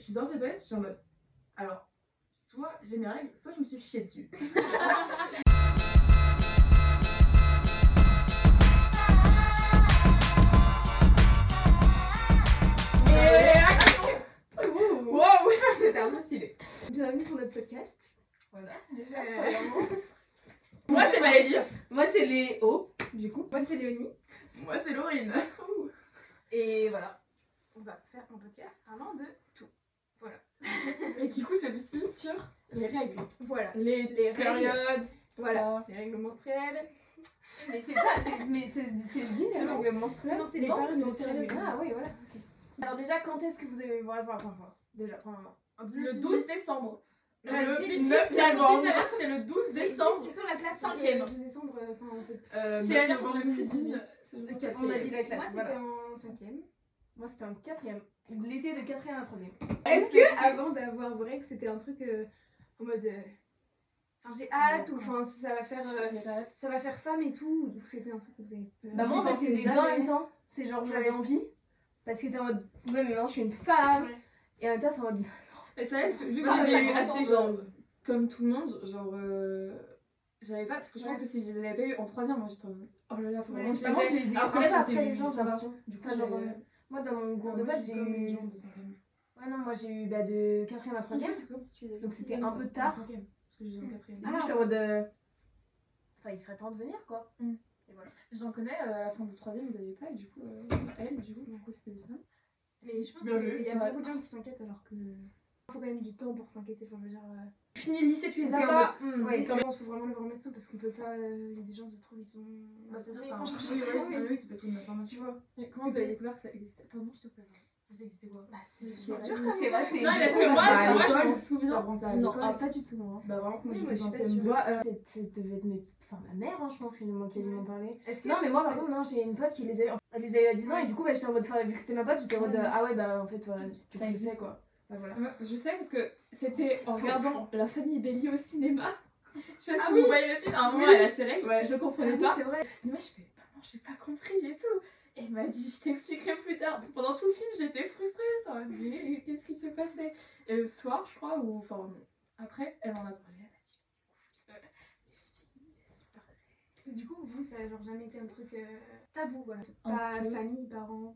suis sortie des toilettes, je suis en mode. Alors, soit j'ai mes règles, soit je me suis chiée dessus. Wow, c'était un peu stylé. Bienvenue sur notre podcast. Voilà. Moi, c'est Maëlys. Moi, c'est Léo, du coup. Moi, c'est Léonie. Moi, c'est Laurine. Et voilà. On va faire un podcast parlant de tout. Et du coup, celui-ci sur les règles. Voilà. Les, Les règles. périodes. Voilà. Les règles menstruelles. Mais c'est pas, c'est- mais c'est c'est dit, les Les règles. règles menstruelles. Non, c'est les paroles c'est de les Cyril. règles. Ah oui, voilà. Alors déjà, quand est-ce que vous avez eu voir la première fois Déjà, premièrement. En Le 2018. 12 décembre. Ah, dix- Le dix- 9 dix- novembre. dix- C'est le 12 Mais décembre. plutôt la classe Cinquième. Le 12 décembre, euh, enfin, on sait Euh, C'est la 9 dernière novembre fois que je 2018. le C'est On a dit la classe. Moi, voilà. c'était en cinquième. Moi, c'était en quatrième. L'été de quatrième à troisième. Est-ce que avant d'avoir vos règles, c'était un truc euh, en mode. euh, Enfin, j'ai hâte ou enfin, ça va faire. euh, Ça va faire femme et tout. ou C'était un truc que vous avez peur. Bah, moi, en fait, c'est les deux en même temps. C'est genre, j'avais j'avais envie. Parce que t'es en mode, ouais, mais non, je suis une femme. Et en même temps, c'est en mode, Et ça, parce que vu que Ah, j'avais ouais, eu ouais, assez, ensemble. genre, comme tout le monde, genre, euh, j'avais pas, parce que je pense Ouais. que si je les avais pas eu en troisième, moi j'étais en mode, oh là là, faut Ouais. vraiment que je les Bah, moi, aie. je les ai Alors que un peu là, après j'étais les gens, ça va. Du coup, Enfin, genre, euh, moi, dans mon cours de maths, j'ai eu. Ouais, non, moi, j'ai eu bah, de 4 à 3 c'est comme si tu faisais. Donc, c'était un peu tard. Parce que j'ai eu en quatrième. Ah, j'étais en mode. euh, Enfin, il serait temps de venir, quoi. J'en connais, euh, à la fin du troisième, ils avaient pas, et du coup, euh, elle, du coup, du coup, c'était différent. Mais je pense Bien qu'il vu, y a ouais. beaucoup de gens qui s'inquiètent alors que. Faut quand même du temps pour s'inquiéter. Enfin, je veux dire. euh, Tu finis le lycée, tu les as pas. Ouais, quand même, on faut vraiment le voir au médecin parce qu'on peut pas. euh, Il y a des gens, qui se trouve, ils sont. Bah, ça Oui, doit ils font faire un- chercher oui, ça, oui, mais- oui, oui, ça peut être une information. Comment vous avez découvert que ça existait Pardon, je te préviens. Ça existait quoi Bah, c'est C'est dur Bah, quand même. c'est vrai, Non, parce c'est que moi, ça, à parce que moi, je l'école. m'en souviens. T'apprends ça à Non, l'école. ah, pas du tout, moi. Bah, vraiment, moi, Oui, j'étais moi, je dans euh, suis pas CM2. C'est- Ça devait être mes- enfin, ma mère, hein, je pense, qui nous manquait de m'en parler. Est-ce que. Non, mais moi, par contre, non, j'ai une pote qui les a eu, elle les a eu à 10 ans et du coup, bah, j'étais en mode. enfin, vu que c'était ma pote, j'étais en mode. Ouais. euh, Ah ouais, bah en fait, voilà, tu Ça tu existe. sais quoi. Bah voilà. Moi, Hein, Je sais parce que c'était en Ton regardant La famille Bélier au cinéma. Je sais pas Ah si oui. vous voyez le film, à un moment Oui. Ah elle a ses règles, je comprenais pas. C'est vrai. Et moi je fais, maman, j'ai pas compris et tout. Et elle m'a dit, je t'expliquerai plus tard. Pendant tout le film, j'étais frustrée. J'étais en mode, mais qu'est-ce qui s'est passé Et le soir, je crois, ou enfin, après, elle en a parlé. Elle m'a dit, euh, les filles, elles sont pas- Du coup, vous, ça a genre jamais été un truc euh, tabou, voilà. Pas Pas famille, parents.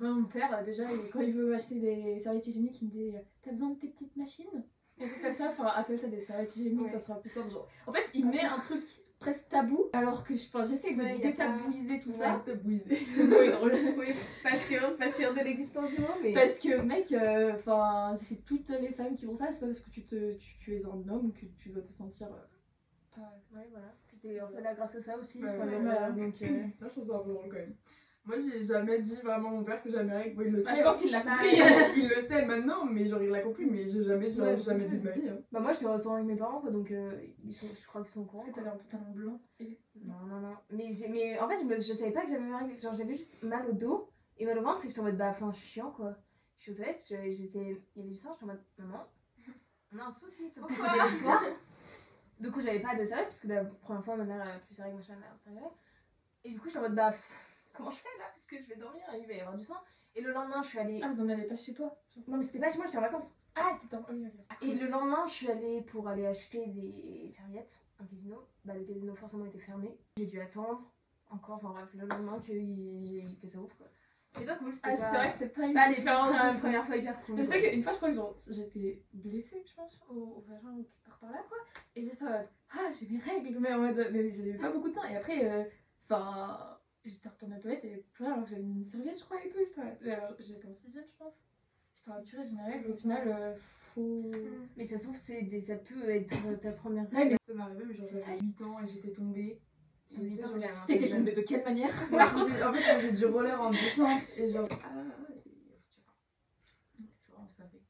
Moi, mon père, euh, déjà, il- quand il veut m'acheter des serviettes hygiéniques, il me dit T'as besoin de tes petites machines Et tout comme ça, enfin, appelle ça des serviettes hygiéniques, Ouais. ça sera plus simple. Genre. En fait, il met un truc presque tabou, alors que je- enfin, j'essaie de Ouais, y a détabouiser tout ça. te bouiser. Ce mot est drôle. Oui, pas sûr, pas sûr de l'existence du monde, mais. Parce que, mec, euh, enfin, c'est toutes les femmes qui font ça, c'est pas parce que tu, te, tu, tu es un homme que tu dois te sentir. euh, pas- Ouais, voilà. Puis t'es un peu là grâce à ça aussi. Ouais, enfin, ouais, voilà. voilà. Donc, euh, Non, je trouve ça un peu drôle quand même. Moi, j'ai jamais dit vraiment à mon père que j'avais mes règles. Bon, il le sait. Ah, je pense qu'il l'a hein. compris. il, il le sait maintenant, mais genre il l'a compris, mais j'ai jamais, genre, Ouais, jamais ouais. dit de ma vie. hein. Bah moi j'étais restaurant avec mes parents quoi donc euh, ils sont, je crois qu'ils sont au courant. Parce que quoi. t'avais un pantalon blanc. Et... Non non non. Mais j'ai mais en fait je, me, je savais pas que j'avais mes règles. genre j'avais juste mal au dos et mal au ventre et j'étais en mode bah enfin je suis chiant quoi. Je suis aux toilettes, je- j'étais il y avait du sang, j'étais en mode maman. On a un souci, sauf que c'était le soir. Du coup j'avais pas de serviette parce que la première fois ma mère a plus ses règles machin elle a ses règles. Et du coup j'étais en mode bah comment je fais là parce que je vais dormir et il va y avoir du sang et le lendemain je suis allée Ah, vous en avez pas chez toi non mais c'était pas chez moi, j'étais en vacances. Ah, c'était un. oui, ok. Et le lendemain, je suis allée pour aller acheter des serviettes au casino. Bah, le casino forcément était fermé. J'ai dû attendre encore, enfin bref, le lendemain que, il- que ça ouvre quoi. C'est pas cool, c'était Ah, pas... c'est vrai que c'est pas une pas les expérience premières, premières fois hyper cool. Je sais qu'une fois, je crois que genre, j'étais blessée, je pense, au, au vagin ou quelque part par là, quoi. Et j'étais en mode, ah, j'ai mes règles, mais en mode, mais j'avais pas beaucoup de temps. Et après, euh, enfin, j'étais retournée aux toilettes, j'avais plus rien, alors que j'avais mis une serviette, je crois, et tout. J'étais en mode- et alors, J'étais en sixième, je pense. J'étais en mode, purée, j'ai mes règles, au final, euh, faut. Mais ça se trouve, c'est des... ça peut être ta première Ouais, mais Ça m'est arrivé, mais genre C'est j'avais 8 ans et j'étais tombée. Et Ah, mais putain, ça, j'avais c'est un un Mmh. peu t'étais de- tombée de quelle manière Ouais, je faisais- en fait, je faisais du roller en descente et genre. Ah, et... On savait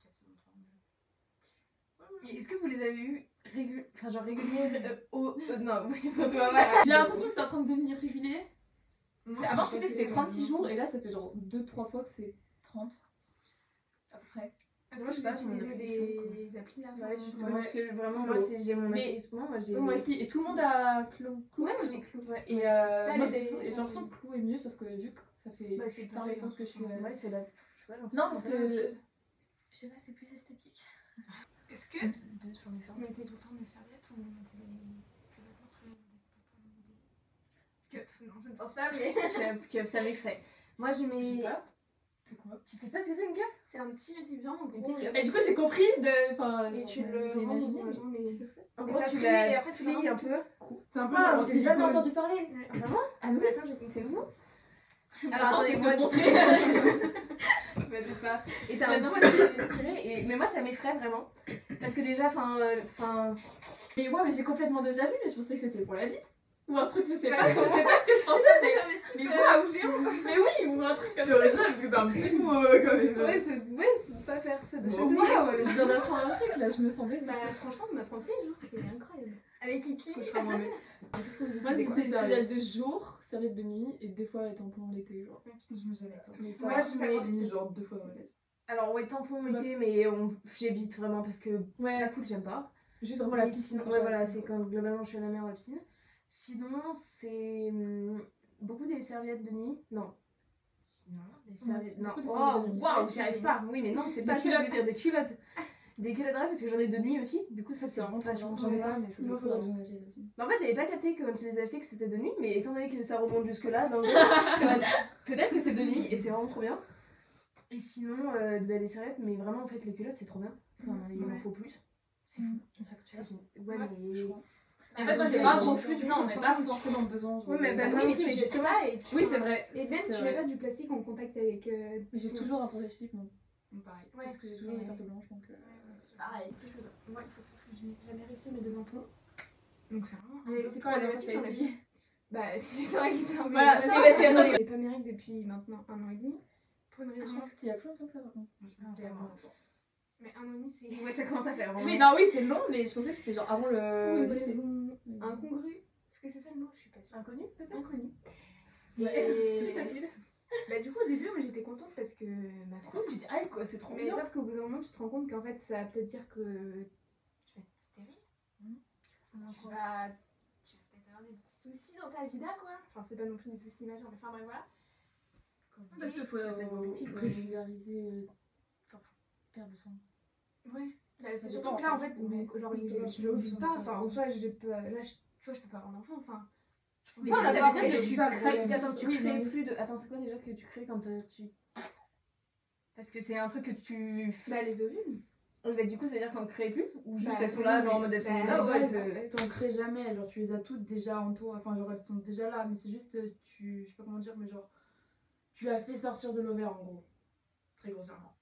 4 Et Est-ce que vous les avez eu régul... enfin, genre réguliers euh, au... euh, non, oui, au doigt, J'ai voilà. l'impression que c'est en train de devenir régulier. Parce que Avant, je pensais que c'était 36 jours, et là, ça fait genre 2-3 fois que c'est 30. À peu près. Ah, Moi, je sais pas si on utilisé appelle des... applis là. euh, Ouais, justement, Ouais. parce que vraiment, Clo. moi, si j'ai mon Mais- appli, moi, j'ai... Moi aussi, et tout le monde a clou. clou- Ouais, moi, clou- j'ai clou. Et euh, Ouais, moi, les j'ai Daylight, j'ai j'ai l'impression envie. que Clou est mieux, sauf que vu que ça fait Bah, c'est par pareil, hein. les temps que je suis. euh, Ouais, c'est la. je sais pas, j'en sais Non, pas parce la même que chose. Je sais pas, c'est plus esthétique. Est-ce que Deux jours vous mettez tout le temps des serviettes ou vous mettez des culottes sur les- des cups Non, je ne pense pas, mais différents. Que ça m'effraie. Moi, je Je sais mets. pas. C'est quoi Tu sais pas ce que c'est une cup c'est un petit récipient en Une petite gros. cup. Et du coup, j'ai compris de. Enfin, Et tu j'ai le rends imaginé, dans mais- le genre, mais c'est ça. En Et gros, ça tu plie, la et après tu la plies rinces. un peu. C'est un peu Ah, genre, j'ai c'est jamais comme- entendu parler. Ouais. Ah, Vraiment Ah oui, C'est vous Alors, Alors, attendez, attends, moi, je vais te je- Vas-y, pas. Et Mais t'as un non. petit tiré. Et... Mais moi, ça m'effraie vraiment. Parce que déjà, enfin. euh, enfin, Mais ouais, mais j'ai complètement déjà vu, mais je pensais que c'était pour la vie. Ou un truc, je sais Ouais, pas, je sais c'est ça. pas ce que je pensais, mais. Mais waouh, Mais oui, ou un truc comme ça. parce que t'as un petit mot euh, quand même. Ouais, c'est. Ouais, c'est pas faire ce de Bon, jeter. Waouh, je viens d'apprendre un truc là, je me sens bête. Bah, franchement, on apprend tous les jours, c'est incroyable. Avec Kiki, Contrairement à moi. Qu'est-ce que vous Moi, utilisez j'ai quoi des serviettes de jour, serviettes de nuit, et des fois, tampon l'été. genre. Je me jamais Mais ça, Ouais, Moi, va. je je sais mets pas. limite genre deux fois dans ma vie. Alors, ouais, tampon Bah. été, mais on... j'évite vraiment parce que ouais, la cool, j'aime pas. juste vraiment la Mais piscine. sinon- Ouais, voilà, c'est quand globalement je suis à la mer ou à la piscine. Sinon, c'est. hum, Beaucoup des serviettes de nuit. Non. Non, des serviettes. c'est Non, beaucoup de waouh, serviettes de nuit. waouh, j'y arrive pas. Oui, mais non, c'est Des pas ça que je veux culottes. Ah, dire, des culottes. Des culottes rêves parce que j'en ai de nuit aussi. Du coup, ça, c'est C'est vraiment très vachement chiant. j'en ai pas. mais Moi, faudrait que vraiment- j'en achète aussi. Bah, en fait, j'avais pas capté que quand je les ai achetées que c'était de nuit, mais étant donné que ça remonte jusque-là, ben, voilà, peut-être que c'est de nuit et c'est vraiment trop bien. Et sinon, euh, bah, des serviettes, mais vraiment, en fait, les culottes, c'est trop bien. Enfin, il en Ouais. faut plus. C'est fou. Mhm. Ça, j'ai- Ouais, Ouais, mais. En fait, moi, j'ai j'ai pas des trop gestes. flux, Non, non, on mais n'est pas pas forcément besoin. genre. euh, Ouais, mais bah, Bah non, oui, mais tu mais mets tu juste ça et tu. Oui, c'est vrai. Et même, C'est tu mets vrai. pas du plastique en contact avec. euh, Mais j'ai toujours un protégif, moi. Pareil. Ouais, Parce que j'ai toujours mais- ah, des cartes blanches, donc. euh, Pareil. Moi, il faut savoir que je n'ai jamais réussi à mes deux tampons. Donc, c'est vraiment. un Et peu c'est quand la dernière fois que problématique t'as dans la vie. essayé Bah, c'est vrai qu'il était un peu. Voilà, c'est Ah, c'est- c'est- parce que j'ai pas Méric depuis maintenant un an et demi. Pour une Je raison. pense que c'était il y a plus longtemps que ça, par Ah, contre. C'était avant. Mais un an et demi, c'est. Ouais, ça commence à faire Ah vraiment. Oui, non, oui, c'est long, mais je pensais que c'était genre avant Pour une le. lycée. raison Mais- incongrue. Est-ce que c'est ça le mot Je suis pas sûre. Inconnu, peut-être Inconnue. Ouais, Et- c'est facile. Bah, du coup, au début, moi j'étais contente parce que ma Cool, tu dis, ah, quoi, c'est trop Mais bien. sauf qu'au bout d'un moment, tu te rends compte qu'en fait, ça va peut-être dire que tu vas être stérile. Mhm. Tu vas, tu vas peut-être avoir des petits soucis dans ta vie, là, quoi. Enfin, c'est pas non plus des soucis majeurs, mais enfin, bref, voilà. Parce qu'il faut Ça, c'est compliqué, quoi. régulariser. euh, Enfin, perdre le sang. Ouais. Bah, Ça c'est dépend, surtout que là, en en fait, fait. donc, genre, Oui, je- oui, je le oui, vis oui, pas. oui. Enfin, en soi, je peux, là, je, tu vois, je peux pas avoir d'enfant. Enfin, Mais Non, ça on a veut pas dire parlé que de tu ça, crées- ouais. tu Attends, crées tu crées plus- plus de. Attends, c'est quoi déjà que tu crées quand euh, tu. Parce que c'est un truc que tu. bah, les ovules. Ouais, Bah, du coup, ça veut dire qu'on ne crée plus Ou juste Bah, elles sont là, oui, genre en mais- mode elles sont bah, là, ouais, ouais, c'est- c'est- T'en crées jamais, genre tu les as toutes déjà en toi, enfin genre elles sont déjà là, mais c'est juste euh, tu. Je sais pas comment dire, mais genre. Tu l'as fait sortir de l'ovaire en gros. Très grossièrement.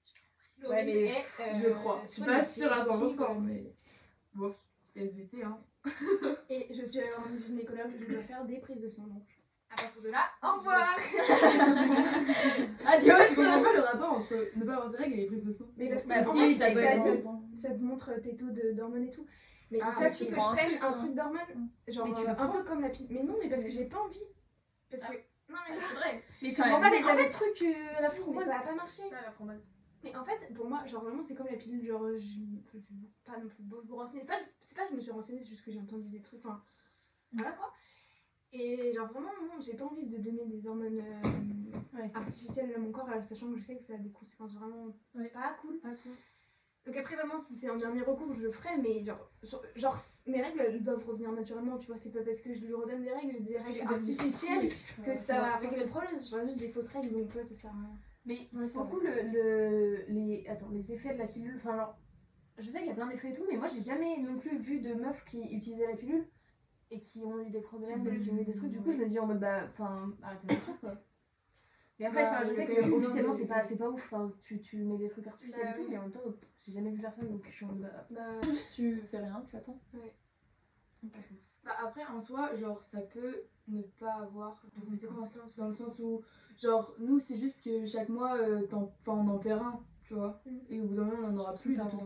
Ouais, mais je crois. euh, Je suis pas sûre à 100%, mais. Bof, c'est SVT hein. Et je suis allée voir une gynécologue, je dois faire des prises de sang. Donc, à partir de là, au revoir Adios Ah, Je comprends pas le rapport entre ne pas avoir ses règles et les prises de sang. Mais parce que, Bah, en si, fait, ça doit ça- être- ça- ça te montre tes taux de- d'hormones et tout. Mais Ah, il mais suffit tu que prends un je prenne truc, un hein. truc d'hormones, genre Mais tu euh, le un prends peu comme la pilule. Mais non, mais C'est- parce que j'ai pas envie. Parce Ah. que. Non, mais c'est vrai. Mais tu Ouais, prends mais pas les en fait, années. le truc euh, à la Si, mais framboise. ça a pas marché. la framboise. Mais en fait, pour moi, genre vraiment, c'est comme la pilule. Genre, je je vais pas non plus beaucoup me renseigner. C'est pas, c'est pas que je me suis renseignée, c'est juste que j'ai entendu des trucs. Enfin, voilà quoi. Et genre vraiment, non, j'ai pas envie de donner des hormones euh, Ouais. artificielles à mon corps, alors, sachant que je sais que ça a des conséquences vraiment Ouais. pas cool. Ah, Donc après vraiment si c'est un dernier recours je le ferai mais genre, genre, genre, mes règles elles doivent revenir naturellement tu vois c'est pas parce que je lui redonne des règles j'ai des règles artificielles que ça va régler le problème genre juste des fausses règles donc tu vois ça sert à rien. Mais Ouais, c'est pour le coup, le, le- les, attends, les effets de la pilule, enfin genre, je sais qu'il y a plein d'effets et tout, mais moi j'ai jamais non plus vu de meufs qui utilisaient la pilule et qui ont eu des problèmes et qui ont eu des trucs. Du coup, je me dis en mode bah, enfin, arrêtez de mentir quoi. Mais après, Bah, enfin, je il y a sais quand que même une officiellement norme de- c'est pas, c'est pas ouf, enfin, tu, tu mets des trucs artificiels Bah et tout, oui. mais en même temps, pff, j'ai jamais vu personne donc je suis en mode bah, Bah, Tu fais rien, tu attends. Bah après, en soi, genre, ça peut ne pas avoir de Conséquences. conséquences. Dans le sens où, genre, nous, c'est juste que chaque mois, euh, t'en- 'fin, on en perd un, tu vois. Mhm. Et au bout d'un moment, on en aura plus de toute façon.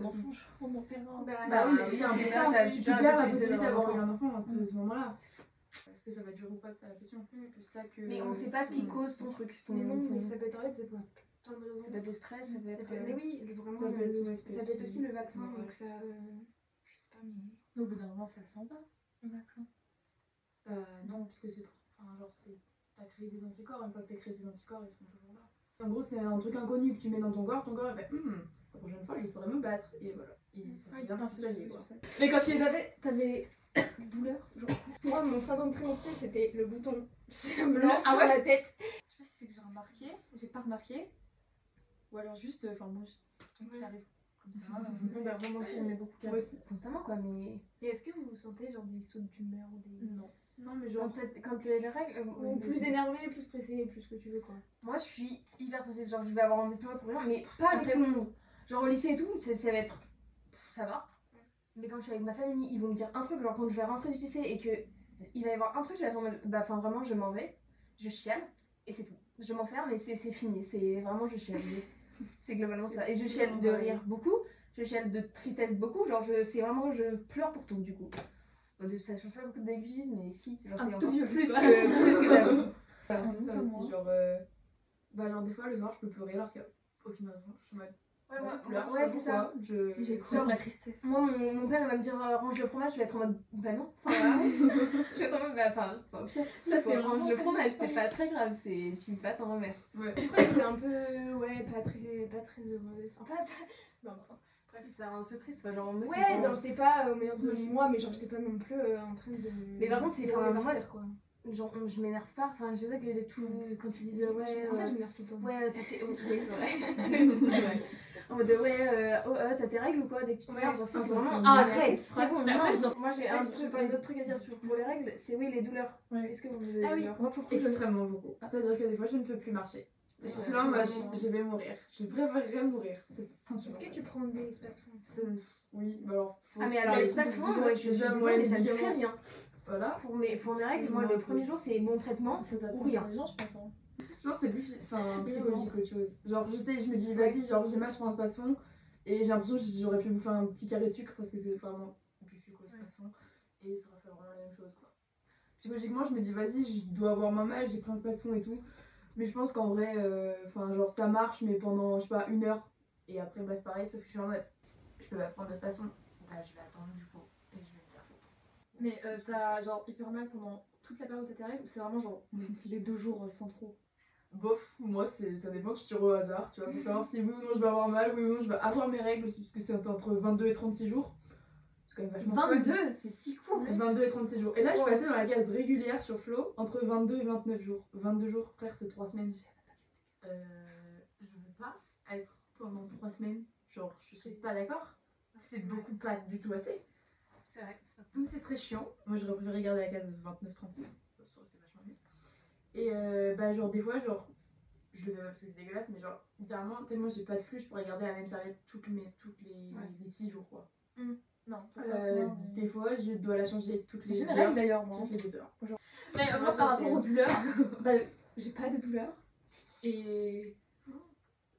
on en perd un. bah, Bah oui, Ah, mais oui, c'est un peu c'est ça. ça, t'as- tu, tu perds perds la la possibilité d'avoir eu possibilité un enfant à ce, Mm. ce moment-là. Est-ce que ça va durer ou pas, c'est la question. C'est plus ça que... Mais on sait pas ce qui Mm. cause ton truc. Ton, mais non ton- mais ça peut être en fait ça peut être plein de raisons. ça peut être le stress, ça peut Ça être. euh, peut- mais oui le- vraiment Ça peut le- être- ça ouais, peut être aussi le vaccin Ouais. donc ça euh, je sais pas mais Au bout d'un moment, ça s'en va, le vaccin. Bah non, parce que c'est... Enfin, genre, c'est... T'as créé des anticorps, une fois que t'as créé des anticorps, ils sont toujours là. En gros, c'est un truc inconnu que tu mets dans ton corps, ton corps, il fait... Hmm, la prochaine fois, je saurai me battre. Et voilà. Et ça Ouais, s'est bien putain, passé, c'est quoi. ça. Mais quand tu les avais, t'avais douleur genre. Moi, mon syndrome prémenstruel, c'était le bouton blanc Ah sur ouais la tête. Je sais pas si c'est que j'ai remarqué, j'ai pas remarqué. Ou alors juste, euh, enfin moi, je- Ouais. j'arrive comme ça. Ah, euh, Non, bah, vraiment, tu aimais beaucoup Moi aussi. constamment quoi, mais. Et est-ce que vous vous sentez genre des sautes d'humeur ou des... Non. Non, mais Quand genre. t'as quand t'as les règles. euh, Ou oui, plus oui. énervé, plus stressé, plus ce que tu veux quoi. Moi, je suis hyper sensible. Genre, je vais avoir envie de pleurer pour rien, mais pas avec Après- tout le monde. Genre, au lycée et tout, ça, ça va être. Pff, Ça va. Mais quand je suis avec ma famille, ils vont me dire un truc. Genre, quand je vais rentrer du lycée et que il va y avoir un truc, je vais faire en mode, Bah, enfin, vraiment, je m'en vais. Je chiale. Et c'est tout. Je m'enferme et c'est c'est fini. C'est vraiment, je chiale. Mais c'est globalement ça. Et je chiale de rire beaucoup. Je chiale de tristesse beaucoup. Genre, je- c'est vraiment, je pleure pour tout, du coup. Bon, de- Ça change pas beaucoup d'habitude, mais si. Genre, Un tout c'est encore petit peu plus, plus, que, quoi. plus que d'avant. Voilà, Ah, comme ça comme aussi, moi. genre, euh, bah, genre des fois le soir je peux pleurer alors qu'aucune raison, je suis en mode, Ouais, vas-y, ouais, pleure, ouais, je c'est sais ça. pas pourquoi, je... J'écoute Genre- ma tristesse. Moi, mon, mon père, il va me dire euh, range le fromage, je vais être en mode bah non. Enfin, arrête. je vais être en mode bah enfin, au pire, si, Ah Ça, faut c'est range le vraiment fromage, pas c'est pas très grave, c'est tu vas t'en remettre. Ouais. Je crois que j'étais un peu, ouais, pas très, pas très heureuse. Enfin, pas- Non, enfin, C'est ça, un peu triste, enfin, genre moi, c'est ouais, vraiment- genre j'étais pas euh, au meilleur de Ouais, je- moi, mais genre j'étais pas non plus euh, en train de. Mais par contre, c'est de pas rouler un par mois. terre, quoi. genre on- je m'énerve pas, enfin je sais que les tout quand ils disent euh, ouais, en fait, euh, je m'énerve tout le temps. ouais, euh, t'as tes oh, oui, c'est vrai. C'est vrai. En mode ouais, euh, oh, euh, t'as tes règles ou quoi dès que tu te Ouais, mets, genre c'est ça, c'est ah, vraiment une arrête. mauvaise C'est phrase. bon, Mais après, non. je dois- Moi j'ai un Ouais, truc, un autre truc à dire sur pour les règles, c'est oui les douleurs. Ouais. Est-ce que vous avez Ah oui. des douleurs Moi, pourquoi je- extrêmement beaucoup. C'est-à-dire que des fois je ne peux plus marcher. Ouais, Je ouais, suis là, moi, c'est je, je vais mourir. Je préférerais mourir. C'est Est-ce que insupportable. tu prends des espaces fous C'est- Oui, bah alors. je pense Ah mais que alors les l'espace trucs fond, de- ouais, je suis déjà, désolée, moi, les mais ça ne fait médicaments, rien. Voilà. Pour mes, pour mes C'est règles, moi moins le cool. premier jour c'est mon traitement. Ça doit Ou prendre rien. les gens, je pense. hein. Je pense que c'est plus phy- enfin, Mais psychologique qu'autre chose. Genre, je sais, je me dis, vas-y, genre, j'ai mal, je prends un spasson. Et j'ai l'impression que j'aurais pu bouffer un petit carré de sucre parce que c'est vraiment du sucre, le spasson. Et ça aurait fait vraiment la même chose, quoi. Psychologiquement, je me dis, vas-y, je dois avoir ma mal, j'ai pris un spasson et tout. Mais je pense qu'en vrai, euh, enfin, genre, ça marche, mais pendant, je sais pas, une heure. Et après, bah, c'est pareil, sauf que je suis en mode, je peux pas prendre le spasson. Bah, je vais attendre, du coup. Et je vais me dire, Mais euh, t'as genre hyper mal pendant toute la période de tes règles ou c'est vraiment genre les deux jours euh, sans trop Bof, moi c'est ça dépend que je tire au hasard, tu vois, pour savoir si oui ou non je vais avoir mal, oui ou non je vais avoir mes règles, aussi, parce que c'est entre 22 et 36 jours. C'est quand même vachement fun. c'est si court 22 et 36 jours. Et là je Ouais. passais dans la case régulière sur Flo entre 22 et 29 jours. 22 jours, frère, c'est 3 semaines. Euh, je veux pas être pendant 3 semaines, genre je suis pas d'accord. C'est beaucoup pas du tout assez. C'est vrai. Donc c'est très chiant. Moi j'aurais préféré garder la case 29-36. Ça aurait été vachement mieux. Et euh, bah genre des fois genre je le fais pas parce que c'est dégueulasse mais genre littéralement tellement j'ai pas de flux je pourrais garder la même serviette toutes mes toutes les, Ouais. les 6 jours quoi. Non, Ah, pas Euh, vraiment, mais- Des fois je dois la changer toutes les J'ai mes heures. règles d'ailleurs, moi. Toutes les deux heures. Mais euh, Moi, moi, ça par me rapport fait- aux douleurs, bah, j'ai pas de douleur. Et.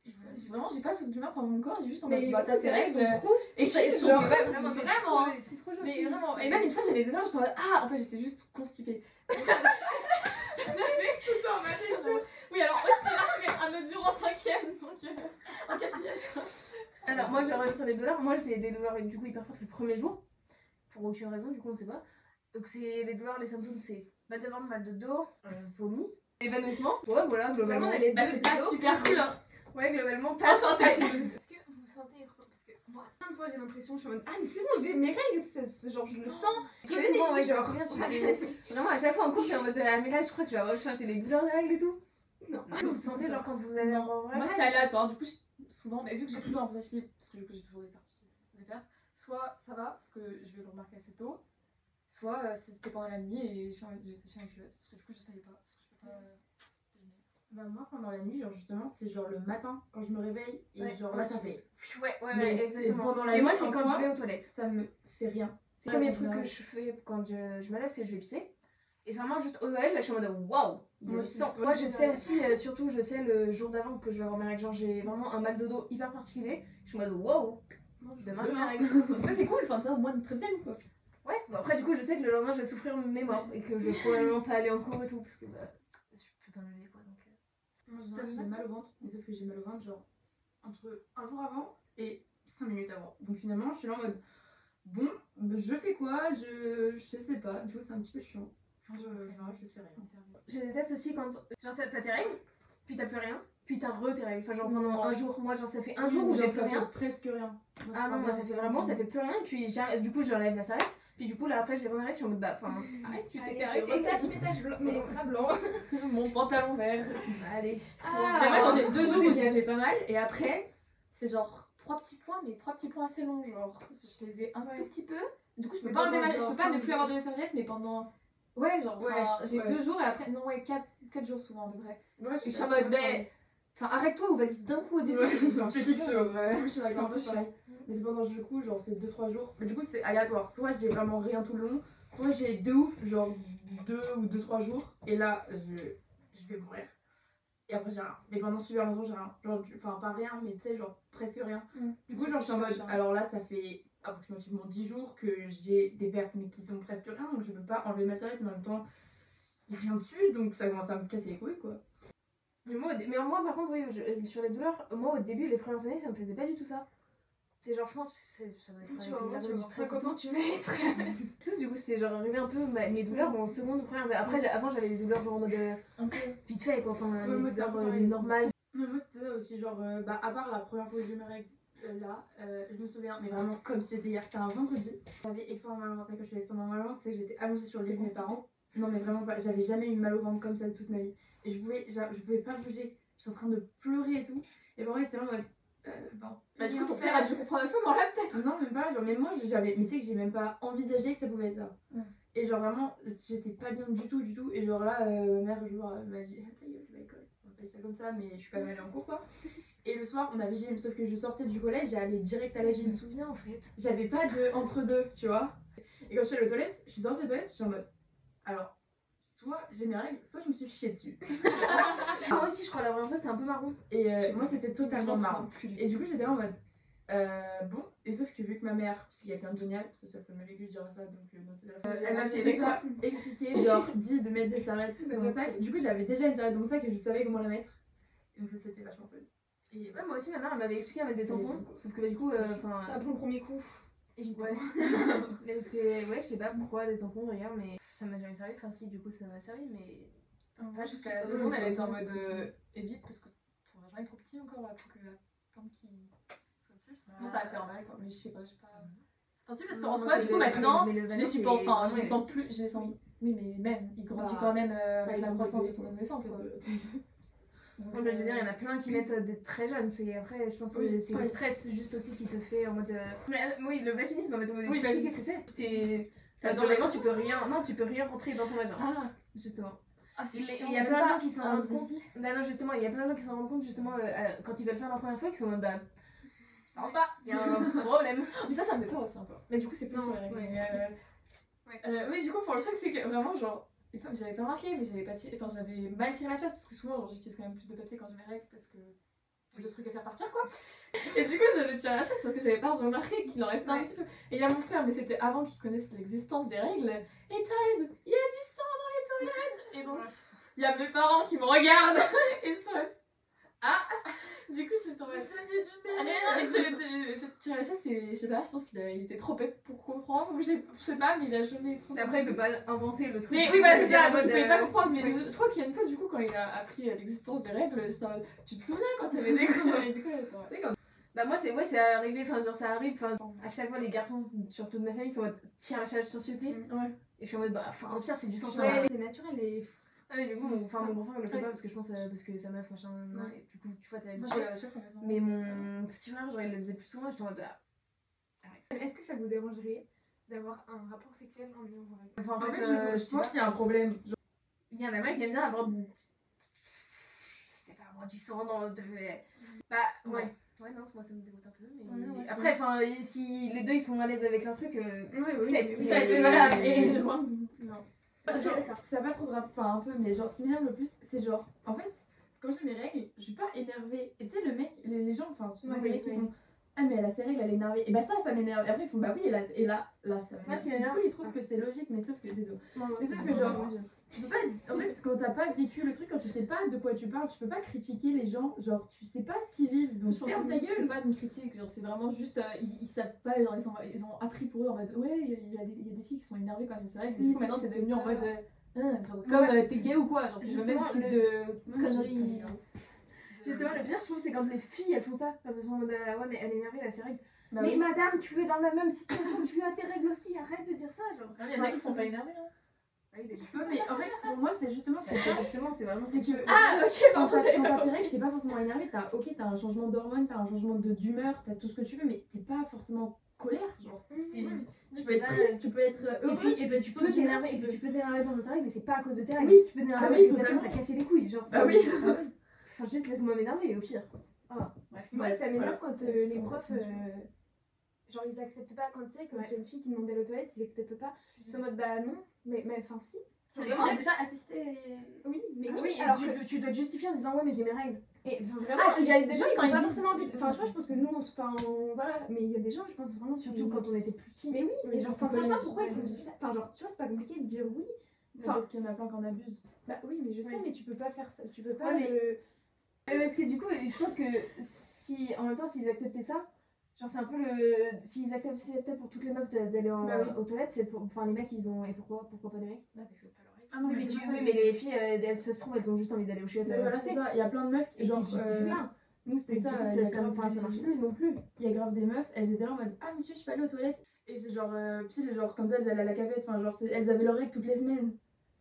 et voilà, j'ai- Vraiment, j'ai pas de douleur pendant mon corps, j'ai juste en mode. Bah, t'as tes règles. trop Et ça, chill, ils sont genre, vraiment, vraiment, mais- vraiment. mais C'est trop Mais gentil. vraiment, et même une fois j'avais des douleurs, j'étais en mode Ah, en fait, j'étais juste constipée. oui, alors, aussi, là, mais un autre jour en cinquième, donc. euh, en quatrième, je crois. Alors moi je reviens sur les douleurs, moi j'ai des douleurs du coup hyper fortes le premier jour. Pour aucune raison, du coup on sait pas. Donc c'est les douleurs, les symptômes c'est mal de ventre, mal de dos, euh, vomi, évanouissement. Ouais voilà, globalement. Vraiment, on a les bah, deux c'est pas dos. super cool hein. Ouais globalement pas santé. Est-ce que vous sentez Parce que moi, plein de fois, j'ai l'impression, je suis en mode Ah, mais c'est bon, j'ai mes règles, ça- ce genre, je le sens. Très Je souvent, l'ai ouais, dit, je me genre. souviens, tu te- Vraiment à chaque fois en couple t'es en mode ah, mais là je crois que tu vas rechercher les douleurs des règles et tout. Non. Ah, Ah, Vous sentez genre quand vous allez avoir Moi, c'est aléatoire, du coup, je- souvent, mais vu que j'ai toujours un visage libre, parce que du coup, j'ai toujours des parties de perte, soit ça va, parce que je vais le remarquer assez tôt, soit euh, c'était pendant la nuit et je suis en- j'étais chez un culotte, parce que du coup, je savais pas, parce que je peux pas. euh, deviner. Bah moi pendant la nuit genre justement c'est genre le matin quand je me réveille et Ouais. genre là ça fait. Ouais ouais Mais ouais c'est exactement. pendant la et moi nuit, c'est en quand soi. je vais aux toilettes. Ça me fait rien. C'est comme Ouais, les ça trucs me que je fais quand je, je me lève, c'est que je vais pisser. Et vraiment, juste au toilette, là, je suis en mode waouh! il y a Moi du aussi. sang. Moi Moi, aussi, je sais aussi, euh, surtout, je sais le jour d'avant que je vais avoir mes règles. Genre, j'ai vraiment un mal de dos hyper particulier. Je suis en mode waouh! Demain, j'ai mes règles. Donc ça, c'est cool, enfin, ça, au moins, ils me préviennent, quoi. Ouais, bon, après, du coup, je sais que le lendemain, je vais souffrir de mémoire et que je vais probablement pas aller en cours et tout. Parce que bah, je peux pas me lever quoi. Donc, euh. Moi, en général, j'ai mal au ventre, mais sauf que j'ai mal au ventre genre entre un jour avant et 5 minutes avant. Donc finalement, je suis là en mode bon, bah, je fais quoi je... je sais pas, du coup c'est un petit peu chiant. Genre, je, je, je fais rien. Je déteste aussi quand. Genre, t'as t'as tes règles, puis t'as plus rien. puis t'as re tes règles. Enfin, genre Non. pendant un jour, moi, genre ça fait un jour où Genre, j'ai plus ça fait rien. presque rien. Moi, Ah c'est non, moi pas ça bien. fait vraiment, ça fait plus rien. Puis j'arrête, du coup, j'enlève la serviette. Puis du coup, là après, j'ai vraiment je suis en mode bah, enfin, arrête, tu t'es Allez, arrêté. étage, étage, blanc, mais pas blanc. Mon pantalon vert. Allez. Mais Ah, moi, genre, j'ai deux trop jours où génial. j'avais pas mal, et après, c'est genre trois petits points, mais trois petits points assez longs, genre. Je les ai un tout petit peu. Du coup, je peux Mais pas enlever pendant ma- je genre peux pas ne cinq plus avoir de serviette, mais pendant. Ouais, genre, Ouais, enfin, j'ai ouais. deux jours, et après, non, ouais, quatre, quatre jours souvent, de vrai. Ouais, Je suis en mode, ben, enfin, arrête-toi ou vas-y d'un coup au début. Ouais, Enfin, fais je quelque sais pas. chose. Ouais, je C'est suis d'accord, un un peu peu chiant. pareil. Mais euh, c'est pendant du coup, genre c'est 2-3 jours. Mais du coup, c'est aléatoire. Soit j'ai vraiment rien tout le long, soit j'ai de ouf, genre 2 ou 2-3 jours. Et là, je, je vais mourir. Et après, j'ai rien. Mais pendant super longtemps, j'ai rien. Genre, du- enfin, pas rien, mais tu sais, genre presque rien. Mm. Du coup, Ça, genre, je c'est suis en super mode. chiant. Alors là, ça fait approximativement 10 jours que j'ai des pertes, mais qui sont presque rien. Donc, je peux pas enlever ma serviette, mais en même temps, y a rien dessus. Donc, ça commence à me casser les couilles, quoi. Mais moi, au dé- mais moi, par contre, oui, je- euh, sur les douleurs, moi, au début, les premières années, ça me faisait pas du tout ça. C'est genre, je pense que c'est- ça doit être Tu avec vois, une au moins, période tu du vas avoir stress et 50 tout. ans, tu vas être. Tout, du coup, c'est genre arrivé un peu ma- mes douleurs en seconde ou première. Mais Après, j'ai- avant, j'avais des douleurs genre en mode euh, Un peu. vite fait, quoi. Enfin, Ouais, moi, des c'est douleurs pareil euh, aussi. normales. Non, moi c'était ça aussi, genre, euh, bah, à part la première fois que j'ai eu mes règles, euh, là, euh, je me souviens, mais vraiment comme c'était hier, c'était un vendredi, j'avais extrêmement mal au ventre, et quand j'étais extrêmement mal au ventre, c'est que j'étais allongée sur le lit de mes parents. Non, mais vraiment pas, j'avais jamais eu mal au ventre comme ça de toute ma vie. Et je pouvais, j'a- je pouvais pas bouger, j'étais en train de pleurer et tout. Et vraiment, c'était là en mode, euh, bon. Bah, du coup, ton rien père faire. a dû comprendre à ce moment-là, peut-être. Non, même pas, genre, mais moi, j'avais, mais tu sais que j'ai même pas envisagé que ça pouvait être ça. Ouais. Et genre, vraiment, j'étais pas bien du tout, du tout. Et genre là, euh, ma mère, genre, elle m'a dit, ah, ta gueule, je vais à l'école. On appelle ça comme ça, mais je suis quand même allée en cours, quoi. Et le soir, on avait gym, sauf que je sortais du collège, j'allais direct à la Je me gym. souviens, en fait. J'avais pas de entre-deux, tu vois. Et quand je suis allée aux toilettes, je suis sortie des toilettes, je suis en mode, alors, soit j'ai mes règles, soit je me suis chiée dessus. Ah, Moi aussi, je crois, la ça, c'était un peu marron. Et euh, Je- moi, c'était Je m'en totalement souviens marrant. plus du Et du coup, j'étais là en mode. euh, bon, et sauf que vu que ma mère, c'est quelqu'un de génial, parce que ça fait ma vécu de dire ça, donc euh, notez la fin. elle m'a c'est déjà gentil. expliqué, genre dit de mettre des serviettes dans mon notre sac. Du coup, j'avais déjà une serviette dans mon sac et je savais comment la mettre. Et donc, ça c'était vachement fun. Et Ouais, moi aussi, ma mère, elle m'avait expliqué à mettre des C'est les tampons. Sauf que, bah, du coup, euh, enfin. Pas pour le premier coup, évidemment. Ouais. Mais parce que, ouais, je sais pas pourquoi des tampons, regarde, mais ça m'a jamais servi. Enfin, si, du coup, ça m'a servi, mais. Moi, jusqu'à la Oui, seconde, mais elle c'est était en vrai, mode c'est euh, évite parce que ton vagin est trop petit encore là, faut que la tombe qui soit plus. Sinon, Ah. ça va te faire mal quoi. Mais je sais pas, je sais pas. Enfin, si, parce Non, qu'en moi, soi, c'est du coup, le- maintenant, mais le je vagin, les supporte, c'est- enfin, je ouais, les sens plus, je les sens. Oui, mais même, il grandit Bah, quand même euh, t'as avec la une croissance de grosse ton idée. adolescence quoi. Donc, Ouais, mais je veux dire, il y en euh, a plein qui mettent euh, des très jeunes. C'est après, je pense que Oui, c'est le oui. stress juste aussi qui te fait en mode. euh, mais, euh, oui, le vaginisme en mode. Oui, Oui, vas-y. qu'est-ce que c'est T'es- T'as T'as dans dans les le- mains, tu peux rien. Non, tu peux rien rentrer dans ton vagin. Ah, Justement. ah c'est Il chiant. Ah, y a même plein de pas gens qui s'en un rendent zizi. compte. Bah non, justement, il y a plein de gens qui s'en rendent compte justement euh, euh, quand ils veulent faire leur première fois, qui sont en mode bah. Ça rentre pas. Il y a un problème. Mais ça, ça me fait peur aussi un peu. Mais du coup, c'est plus Non, sur les règles. ouais. Mais, euh, Ouais. euh, oui, du coup, pour le truc, c'est que vraiment, genre, une fois, j'avais pas remarqué, mais j'avais pas tiré, enfin, j'avais mal tiré la chasse parce que souvent, genre, j'utilise quand même plus de papier quand j'ai mes règles parce que plus de trucs à faire partir, quoi. Et du coup, j'avais tiré la chasse parce que j'avais pas remarqué qu'il en restait un Ouais. petit peu. Et il y a mon frère, mais c'était avant qu'il connaisse l'existence des règles. Et Todd, il y a du sang dans les toilettes Et donc, il y a mes parents qui me regardent et ça. Ah Du coup, c'est tombé. Ah, mais non, mais je, je, je tire la chasse et je sais pas, je pense qu'il a- il était trop bête pour comprendre, ou je je sais pas, mais il a jamais trop Après, il peut pas inventer le truc. Mais oui, voilà, c'est en ça, donc mode, je pouvais pas euh, comprendre, mais oui. je, je crois qu'il y a une fois, du coup, quand il a appris euh, l'existence des règles, j'étais en mode, tu te souviens quand t'avais des cours Et du coup, elle était en mode, Bah moi c'est ouais c'est arrivé, enfin genre ça arrive, enfin à chaque fois les garçons surtout de ma famille sont en mode tiens Rachel je t'en supplie Mm. Ouais. et je suis en mode bah enfin au pire c'est du sang Ouais, ouais. c'est naturel et. Ah mais du coup mon, enfin, mon grand frère il le fait Ouais, pas c'est- parce que je pense euh, parce que sa meuf machin nan, nan, et du coup tu vois t'as Moi, habitué. je la chasse quand même. Mais mon petit frère genre il le faisait plus souvent et j'étais en mode bah arrête. Est-ce que ça vous dérangerait d'avoir un rapport sexuel en ayant vos règles Enfin, en fait, euh, je, je sais pense pas. qu'il y a un problème. il y en a un mec qui aime bien avoir du- je sais pas moi du sang dans de bah ouais ouais non moi ça me dégoûte un peu mais Ouais, ouais, c'est- après enfin si les deux ils sont à l'aise avec un truc euh, Oui, Flex, Ça mais- a été valable, et loin. Non. Genre, ça va trop de rap- enfin un peu, mais genre ce qui m'énerve le plus, c'est genre, en fait, quand j'ai mes règles, je suis pas énervée. Et tu sais, le mec, les, les gens, enfin, souvent Ouais, les mecs, ouais. ils font Ah, mais elle a ses règles, elle est énervée. Et bah ça, ça m'énerve. Et après, ils font Bah oui, elle a, et là, là, ça Moi, m'énerve. c'est Et du coup, énervé. ils trouvent que c'est logique, mais sauf que, désolé. Non, non, Mais c'est sauf bon, que genre, c'est bon. tu peux pas, en fait, quand t'as pas vécu le truc, quand tu sais pas de quoi tu parles, tu peux pas critiquer les gens. Genre, tu sais pas ce qu'ils vivent, donc Je pense ferme que ta C'est gueule. pas une critique, genre c'est vraiment juste, euh, ils, ils savent pas, genre, ils, sont- ils ont appris pour eux en mode ouais, il y, a- il y a des- il y a des filles qui sont énervées quand c'est vrai, mais Oui, du coup maintenant c'est- c'est devenu en c'est- mode euh, hein, genre, Ouais. comme euh, t'es gay ou quoi, genre c'est le Justement, même type le- de Moi, je- ça conneries. m'énerve. Je sais pas, le pire, je trouve, c'est quand les filles, elles font ça. Quand elles sont en mode, euh, ouais, mais elle est énervée, elle a ses règles. Bah mais oui. madame, tu es dans la même situation, tu as tes règles aussi, arrête de dire ça. Genre. Ah Ah Il y en a qui sont pas énervés hein. là. Ouais, mais en fait, pour moi, c'est justement, c'est ça. forcément, c'est vraiment. C'est que. Ah, ok, quand pardon, t'as j'avais quand pas t'as tes compris. règles, t'es pas forcément énervé. T'as, ok, t'as un changement d'hormone, t'as un changement de- d'humeur, t'as tout ce que tu veux, mais t'es pas forcément colère. Genre, c'est- tu peux être triste, tu peux être Et heureux, puis, et puis, tu peux t'énerver, et puis tu tu peux t'énerver pendant tes règles, mais c'est pas à cause de tes règles. Oui. tu peux t'énerver Ah parce oui, que quelqu'un totalement. t'a cassé les couilles, genre. c'est- Ah oui. Enfin, juste laisse-moi m'énerver, au pire. quoi. Ah, bref. Moi, ça m'énerve quand euh, C'est les pas profs, possible, euh, genre, ils acceptent pas. Quand tu sais, quand Ouais. t'as une fille qui demandait aux toilettes, ils acceptent pas. Ils sont en mode, bah non, mais mais, enfin si. Genre, vraiment, ah, déjà assisté. Oui, mais Ah oui, oui, et alors tu, que. tu- tu dois te justifier en disant ouais, mais j'ai mes règles. Et, enfin, vraiment, Ah, il y a des juste gens qui quand ont ils pas disent- forcément envie. de- Enfin, tu vois, je pense que nous, on, se- enfin, on- voilà, mais il y a des gens, je pense vraiment. Surtout quand on était plus petits. Mais oui, mais genre, enfin, Faut franchement, connaître, pourquoi ils font ouais. vivre ça Enfin, genre, tu vois, c'est pas compliqué de dire oui. Enfin, parce qu'il y en a plein qu'on abuse. Bah oui, mais je sais, Bah, Oui. mais tu peux pas faire ça. Tu peux pas. Ouais, mais- le- Euh, parce que du coup, je pense que si en même temps, s'ils acceptaient ça, genre c'est un peu le. S'ils acceptaient peut-être pour toutes les meufs de- d'aller en- Bah oui. aux toilettes, c'est pour. Enfin, les mecs, ils ont. Et pourquoi Pourquoi pas les mecs Ah non, Oui, mais, tu- oui, mais les filles, euh, elles se trouvent, elles ont juste envie d'aller aux chiottes. Mais euh, voilà, tu c'est sais. ça. Il y a plein de meufs Et qui, genre, qui justifient euh, rien. nous, c'était Et ça. euh, du coup, il y a ça, ça, grave enfin, ça des- marche plus non plus. il y a grave des meufs, elles étaient là en mode Ah, monsieur, je suis pas allée aux toilettes. Et c'est genre, euh, pile, genre, comme ça, elles allaient à la cavette. Enfin, genre, c'est- elles avaient leurs règles toutes les semaines.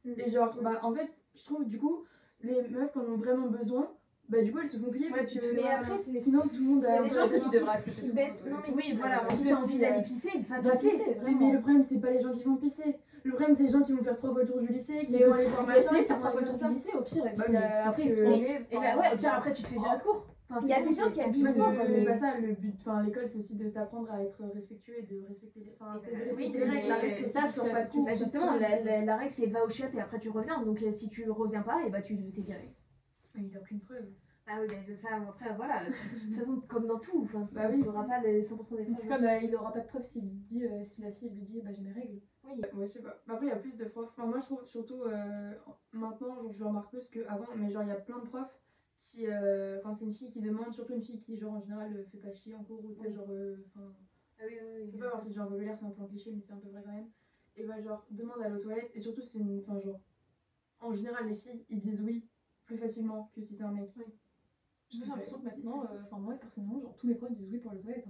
Mm. Et genre, bah, en fait, je trouve, du coup, les meufs qui en ont vraiment besoin, bah, du coup, elles se font plier Ouais, parce tu- que. mais après, c'est- sinon, tout le monde Il y a a. des un peu gens la qui même sont attitude. qui bêtent. Non, mais Oui, voilà, parce si que t'as envie si, d'aller euh, pisser, va Bah, pisser. pisser, oui, vraiment. mais le problème, c'est pas les gens qui vont pisser. Le problème, c'est les gens qui vont faire trois fois le tour du lycée, qui Mais vont au- aller mais voir machin, laisse-les qui faire vont trois fois aller le tour faire du ça. lycée, au pire. Et Bah, puis mais euh, c'est après, que- ils se font- Mais- Et bah, ouais, au pire, après, tu te fais virer de cours. Enfin, Il y a c'est des bon, gens c'est- qui abusent Non, de mais ça. je pense que c'est euh, mais- pas ça. Le but, enfin, l'école, c'est aussi de t'apprendre à être respectueux et de respecter les. Enfin, c'est de Oui, respecter mais les règles. la règle, c'est c'est ça, aussi de sur faire pas pas de de cours, bah, faire justement, tout. la, la- la règle c'est va au chiottes et après tu reviens. Donc euh, si tu reviens pas, et bah tu t'es viré. Mais Il n'y a aucune preuve. Ah oui, mais ça, après voilà. De toute façon, comme dans tout, enfin, Bah oui. tu n'auras pas les 100% des C'est preuves. comme euh, il aura pas de preuve s'il dit euh, si la fille lui dit bah j'ai mes règles. Ouais, je sais pas. Bah, Après, il y a plus de profs. Enfin, moi, je trouve surtout euh, maintenant, genre, je le remarque plus qu'avant, mais genre, il y a plein de profs qui, euh, quand c'est une fille qui demande, surtout une fille qui, genre, en général, euh, fait pas chier en cours, ou tu sais, Oui. genre, euh, enfin, Ah oui, oui, fait pas partie du genre populaire, c'est un peu un cliché, mais c'est un peu vrai quand même. Et bah, genre, demande à aller aux toilettes, et surtout, c'est une. Enfin, genre, en général, les filles, ils disent oui plus facilement que si c'est un mec. Oui. J'ai l'impression que maintenant, euh, enfin moi personnellement, genre tous mes profs disent oui pour le toilette.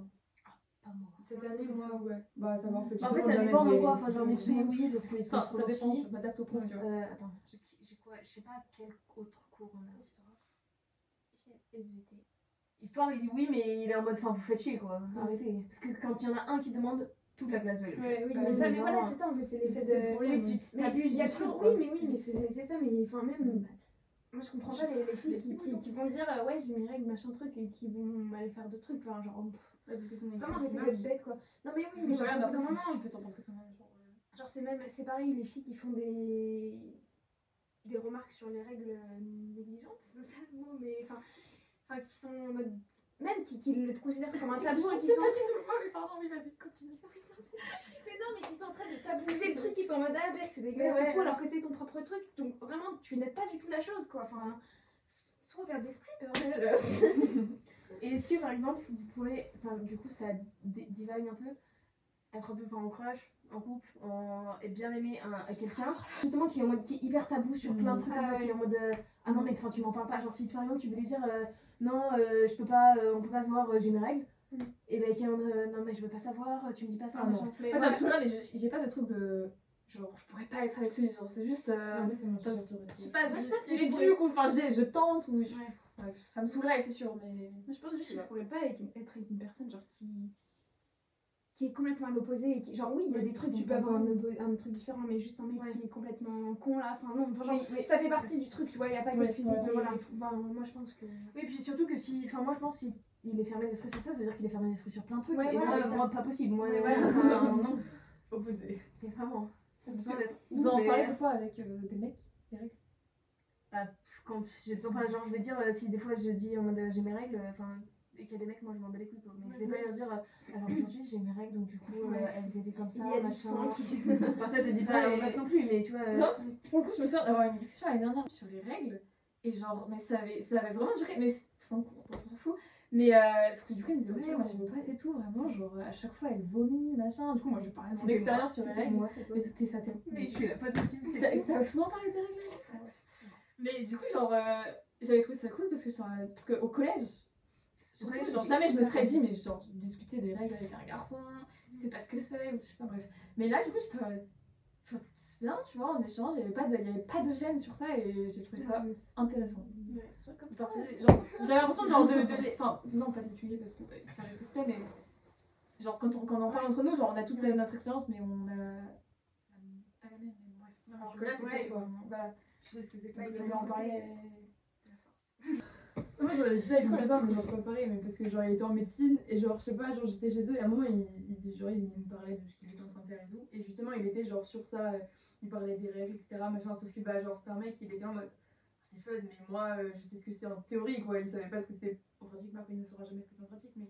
Cette année, moi, ouais. Bah, ça va, en fait. En fait, j'ai vraiment ça jamais dépend en des- quoi. Enfin, genre, des- mais oui, oui, parce qu'ils sont trop gentils. m'adapte au prof. tu vois. Euh, attends, j'ai j'ai quoi Je sais pas quel autre cours on a. Histoire. SVT. Histoire, il dit oui, mais il est en mode, enfin, vous faites chier quoi. Ah, Arrêtez. Parce que quand il y en a un qui demande, toute la classe va le Ouais, faire. oui, Bah mais oui, ça, mais mais voilà, vraiment. c'est ça en fait, c'est Mais l'effet ça, c'est le de. problème. Oui, tu Mais t'abuses il y a du toujours. truc, Oui, quoi. mais oui, mais c'est mais c'est ça, mais enfin, même. Moi, je comprends pas les, les filles Mais qui, c'est qui, bon. qui vont dire euh, ouais, j'ai mes règles, machin truc, et qui vont aller faire d'autres trucs. Enfin, genre, pff, Ouais, parce que c'est une vraiment, expérience arrêtez humaine. d'être bête quoi. Non, mais bah, oui, mais Mais genre, voilà, au bout mais d'un après, moment, tu peux t'en prendre que toi-même. genre, euh. Genre c'est même c'est pareil les filles qui font des des remarques sur les règles euh, négligentes, c'est pas le mot, mais enfin enfin qui sont en mode même qui, qui le considèrent comme un tabou et qui sont tout. Ouais, mais pardon, oui, vas-y, continue. mais non mais qui sont en train de tabou. C'est le truc qui sont en mode ah bête, c'est dégueulasse Ouais, et tout ouais. alors que c'est ton propre truc. Donc vraiment tu n'aides pas du tout la chose quoi. Enfin soit vers hein. d'esprit bordel. Et est-ce que par exemple, vous pouvez, enfin, du coup, ça dé- divague un peu, être un peu enfin, en crush, en couple, en et bien aimer un- à quelqu'un, justement qui est en mode qui est hyper tabou sur plein de trucs comme Ah ça, qui ouais. est en mode euh, ah non mais enfin tu m'en parles pas, genre si par exemple tu veux lui dire euh, non euh, je peux pas, euh, on peut pas se voir, euh, j'ai mes règles, Mm. et ben qui est en mode euh, non mais je veux pas savoir, euh, tu me dis pas ça, Ah non. machin. Mais Moi, ça me voilà. saoule, mais je- j'ai pas de truc de. Genre, je pourrais pas être avec lui. Genre, c'est juste. euh, Ouais, c'est mon parce- surtout retour. Je sais pas, Moi, je je- pense que il je est pourrais- dur ou enfin j'ai- je tente ou je- Ouais. Bref, ça me saoulerait c'est sûr mais Moi, je pense juste que je pourrais pas avec- être avec une personne genre qui qui est complètement à l'opposé et qui genre oui il y a Ouais, des trucs tu peux avoir un, oppo- un truc différent mais juste un mec qui est complètement con là enfin non enfin, genre, Oui, mais- ça fait partie du truc tu vois il y a pas que Ouais, le physique ouais, mais voilà. faut- enfin, moi je pense que Oui, puis surtout que si. Enfin, moi je pense si il est fermé d'esprit sur ça, ça veut dire qu'il est fermé d'esprit sur plein de trucs. Ouais, et voilà, moi, c'est ça. moi, pas possible. Moi, Ouais, euh, voilà. enfin, non. Opposé. Mais vraiment. hein. Ça a besoin d'être. vous en ouvert. parlez des fois avec euh, des mecs des règles Bah, pff, quand j'ai besoin. Enfin, genre, je vais dire, euh, si des fois je dis en mode euh, j'ai mes règles, euh, enfin, et qu'il y a des mecs, moi je m'en bats les couilles, quoi. Mais je vais pas leur dire, euh, alors aujourd'hui j'ai mes règles, donc du coup, euh, elles étaient comme ça. il y a du machin. sang qui Enfin, ça, je te dis pas Ouais. aux meufs non plus, mais tu vois. euh, Non, pour le coup, je me souviens d'avoir une discussion l'année dernière sur les règles. Et genre, mais ça avait, ça avait vraiment duré. Mais c'est- enfin, on s'en fout. Mais euh, parce que du coup, elle me disait, ouais, moi j'ai une pote et tout. Vraiment, genre, à chaque fois, elle vomit, machin. Du coup, moi, je parlais de mon c'était expérience moi, sur les c'était règles. moi, c'est quoi. Mais t'es ça, t'es. suis la pote de team, T'as t'as souvent parlé des règles Mais du coup, genre, euh, j'avais trouvé ça cool parce que j'étais en mode- parce que au collège surtout, collège, genre c'était jamais je me serais dit hyper mais genre discuter des règles avec un garçon c'est pas ce que c'est ou je sais pas bref mais là du coup j'étais en mode, enfin, c'est bien tu vois en échange il y avait pas de il y avait pas de gêne sur ça et j'ai trouvé ça intéressant Soit comme Genre, c'est- genre, j'avais l'impression de genre de, de les- enfin non pas d'étudier parce que ouais, ça reste ce que c'était mais genre quand on, quand on en parle entre nous genre on a toute euh, notre expérience mais on a euh, pas la même mais bref alors que là c'est Ouais. ça, quoi. voilà Je sais ce que c'est Bah, on que peut en parler euh, Moi j'avais dit ça avec mon cousin, mais j'en préparais, mais parce que genre il était en médecine et genre je sais pas, genre j'étais chez eux et à un moment il, il, genre, il me parlait de ce qu'il était en train de faire et tout. Et justement il était genre sur ça, euh, il parlait des règles, etc. Machin, sauf que bah genre c'était un mec, il était en mode ah, c'est fun, mais moi euh, je sais ce que c'est en théorie quoi, il savait pas ce que c'était en pratique, mais après il ne saura jamais ce que c'est en pratique, mais.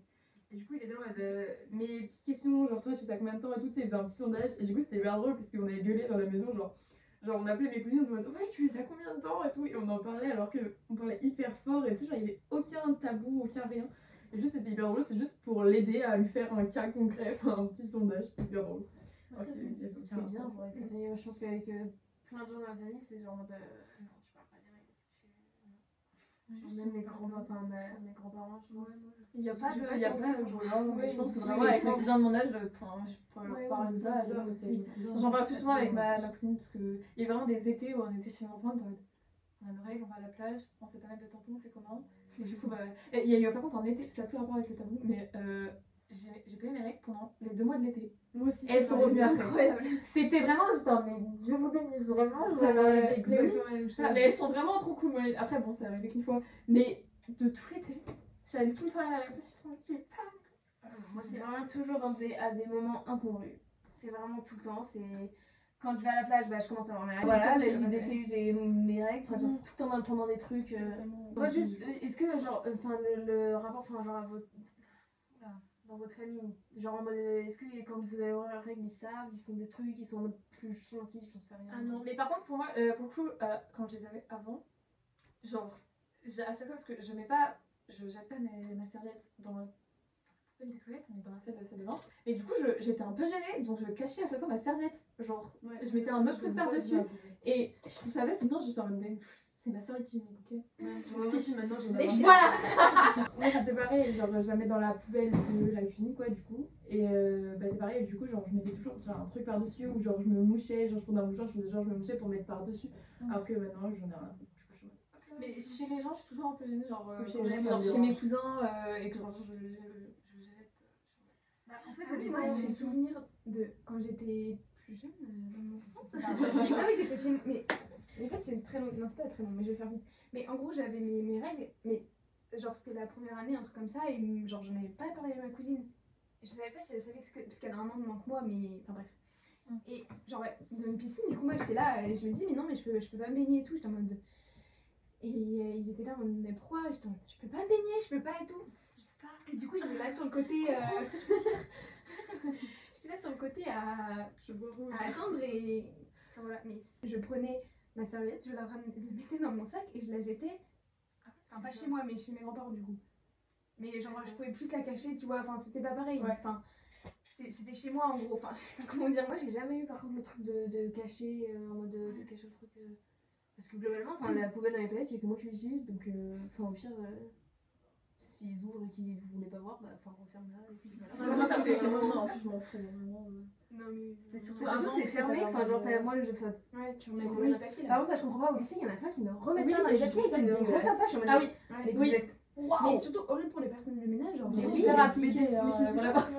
Et du coup il était en mode euh, mes petites questions, genre toi tu sais à combien de temps et tout, tu sais, il faisait un petit sondage et du coup c'était hyper drôle parce qu'on avait gueulé dans la maison, genre. Genre, on appelait mes cousines, on disait, ouais, tu les as combien de temps et tout, et on en parlait alors que on parlait hyper fort, et tu sais, genre, il y avait aucun tabou, aucun rien. Et juste, c'était hyper drôle, c'est juste pour l'aider à lui faire un cas concret, enfin, un petit sondage, c'était hyper drôle. Ça, Ok, c'est- ok, C'est ok. bien, pour être- mais moi, je pense qu'avec euh, plein de gens de ma famille, c'est genre en mode. euh, non, tu parles pas des règles. Tu... non. Même mes grands-parents, enfin, ma- mes grands-parents, je pense. Il n'y a pas de. Il y a pas de violence, mais je pense que vraiment, Ouais, avec avec moi, mes cousins de mon âge, euh, enfin, je pourrais Ouais, leur parler de ouais, ça. c'est genre, ça, c'est- c'est- J'en parle plus souvent avec ma, ma cousine parce qu'il y a vraiment des étés où on était chez mon enfant, on a nos règles, on va à la plage, on sait pas mettre de tampons, on fait comment. Et du coup, bah, et il y a eu par contre un été, ça n'a plus rapport avec le tampon, mais euh, j'ai j'ai pas eu mes règles pendant les deux mois de l'été. Moi aussi, Elles ça sont m'arrive. revenues après. Incroyable. C'était vraiment, j'étais en mais Dieu vous bénisse, vraiment. Ça genre, euh, m'arrive mais oui. exactement la même chose. Voilà, mais elles sont vraiment trop cool. moi, les- Après, bon, ça arrivé qu'une fois. Mais de tout l'été, j'allais tout le temps aller à la plage tranquille. Moi, c'est vraiment toujours dans des, à des moments incongrus. C'est vraiment tout le temps. C'est quand je vais à la plage, bah, je commence à avoir mes règles. Voilà, Ça, j'ai j'ai- j'ai des- j'ai mes règles. Enfin, genre, Mhm. c'est tout le temps pendant des trucs. euh, Moi, juste, euh, est-ce que, genre, euh, enfin, le, le rapport, enfin, genre, à votre... Oula, dans votre famille, genre, en mode, euh, est-ce que quand vous avez vos règles, ils savent, ils font des trucs, ils sont en mode plus gentils, j'en sais rien. Ah non, mais par contre, pour moi, euh, pour le coup, euh, quand je les avais avant, genre, j'ai- à chaque fois, parce que je mets pas, je jette pas mes- ma serviette dans la poubelle des toilettes, mais dans la salle de salle de bain. Et du coup, je- j'étais un peu gênée, donc je cachais à chaque fois ma serviette. Genre, Ouais. je mettais un autre truc Je par-dessus. sais, et je trouve ça bête, maintenant, je suis en mode, mais pff, c'est ma serviette unique, ok je- ouais, Moi aussi, maintenant, j'en ai Et marre. voilà Moi c'était pareil, genre je la mets dans la poubelle de la cuisine quoi du coup. Et euh, bah, c'est pareil, du coup genre je mettais toujours genre, un truc par-dessus ou genre je me mouchais, genre je prenais un mouchoir, je faisais genre je me mouchais pour mettre par-dessus. Mm. Alors que maintenant j'en ai rien. Je suis Mais chez les gens, je suis toujours un peu gênée, genre, euh, Oui, chez quand les je gens, vais, ça genre, me chez dérange. mes cousins, euh, et que genre, je, je, je jette. Bah, en fait, Ah oui, moi moi, j'ai j'ai- souvenir de quand j'étais plus jeune euh, dans mon enfance. non, mais j'étais chez. Mais en fait, c'est très long. Non, c'est pas très long, mais je vais faire vite. Mais en gros, j'avais mes, mes règles, mais genre c'était la première année, un truc comme ça, et mm, genre j'en avais pas parlé à ma cousine. Je savais pas si elle savait ce que. Parce qu'elle a un an de moins que moi, mais. Enfin bref. Mm. Et genre, ils ont une piscine, du coup, moi j'étais là, euh, et je me dis, mais non, mais je peux, je peux pas me baigner et tout. J'étais en mode. de- Et euh, ils étaient là en mode, mais pourquoi J'étais en mode, je peux pas me baigner, je peux pas et tout. Je peux pas. Et du coup, j'étais là sur le côté. euh, J'étais là sur le côté à, Je vois rouge. à attendre et. Enfin voilà, mais je prenais ma serviette, je la, ramenais, je la mettais dans mon sac et je la jetais. Enfin, pas chez moi, mais chez mes grands-parents du coup. Mais genre, je pouvais plus la cacher, tu vois. Enfin, c'était pas pareil. Ouais. Enfin, c'est- c'était chez moi en gros. Enfin, je sais pas comment dire. Moi, j'ai jamais eu, par contre, le truc de, de cacher, euh, en mode, euh, de cacher le truc. euh, Parce que globalement, enfin, la poubelle dans les toilettes, il y a que moi qui l'utilise, donc, euh, enfin, au pire, euh, s'ils ouvrent et qu'ils vous voulaient pas voir, bah, enfin, referme-la, et puis voilà. C'est chez moi, en plus je m'en fous vraiment. euh. Non, mais. C'était surtout Surtout que c'est fermé, enfin, genre, t'as- moi, je fais Ouais, tu remets Oui. le papier Par là. contre, ça je comprends pas. Au lycée, il y en a plein qui ne remettent Oui, pas dans mais les je papiers, trouve ça qui ne dégueulasse. referment pas. Je suis en mode, Ah oui, Ouais. mais oui. vous êtes. Mais Waouh! surtout horrible pour les personnes de ménage. Genre, J'ai vraiment. super appliqué. euh, hein, euh, Mais je me suis voilà.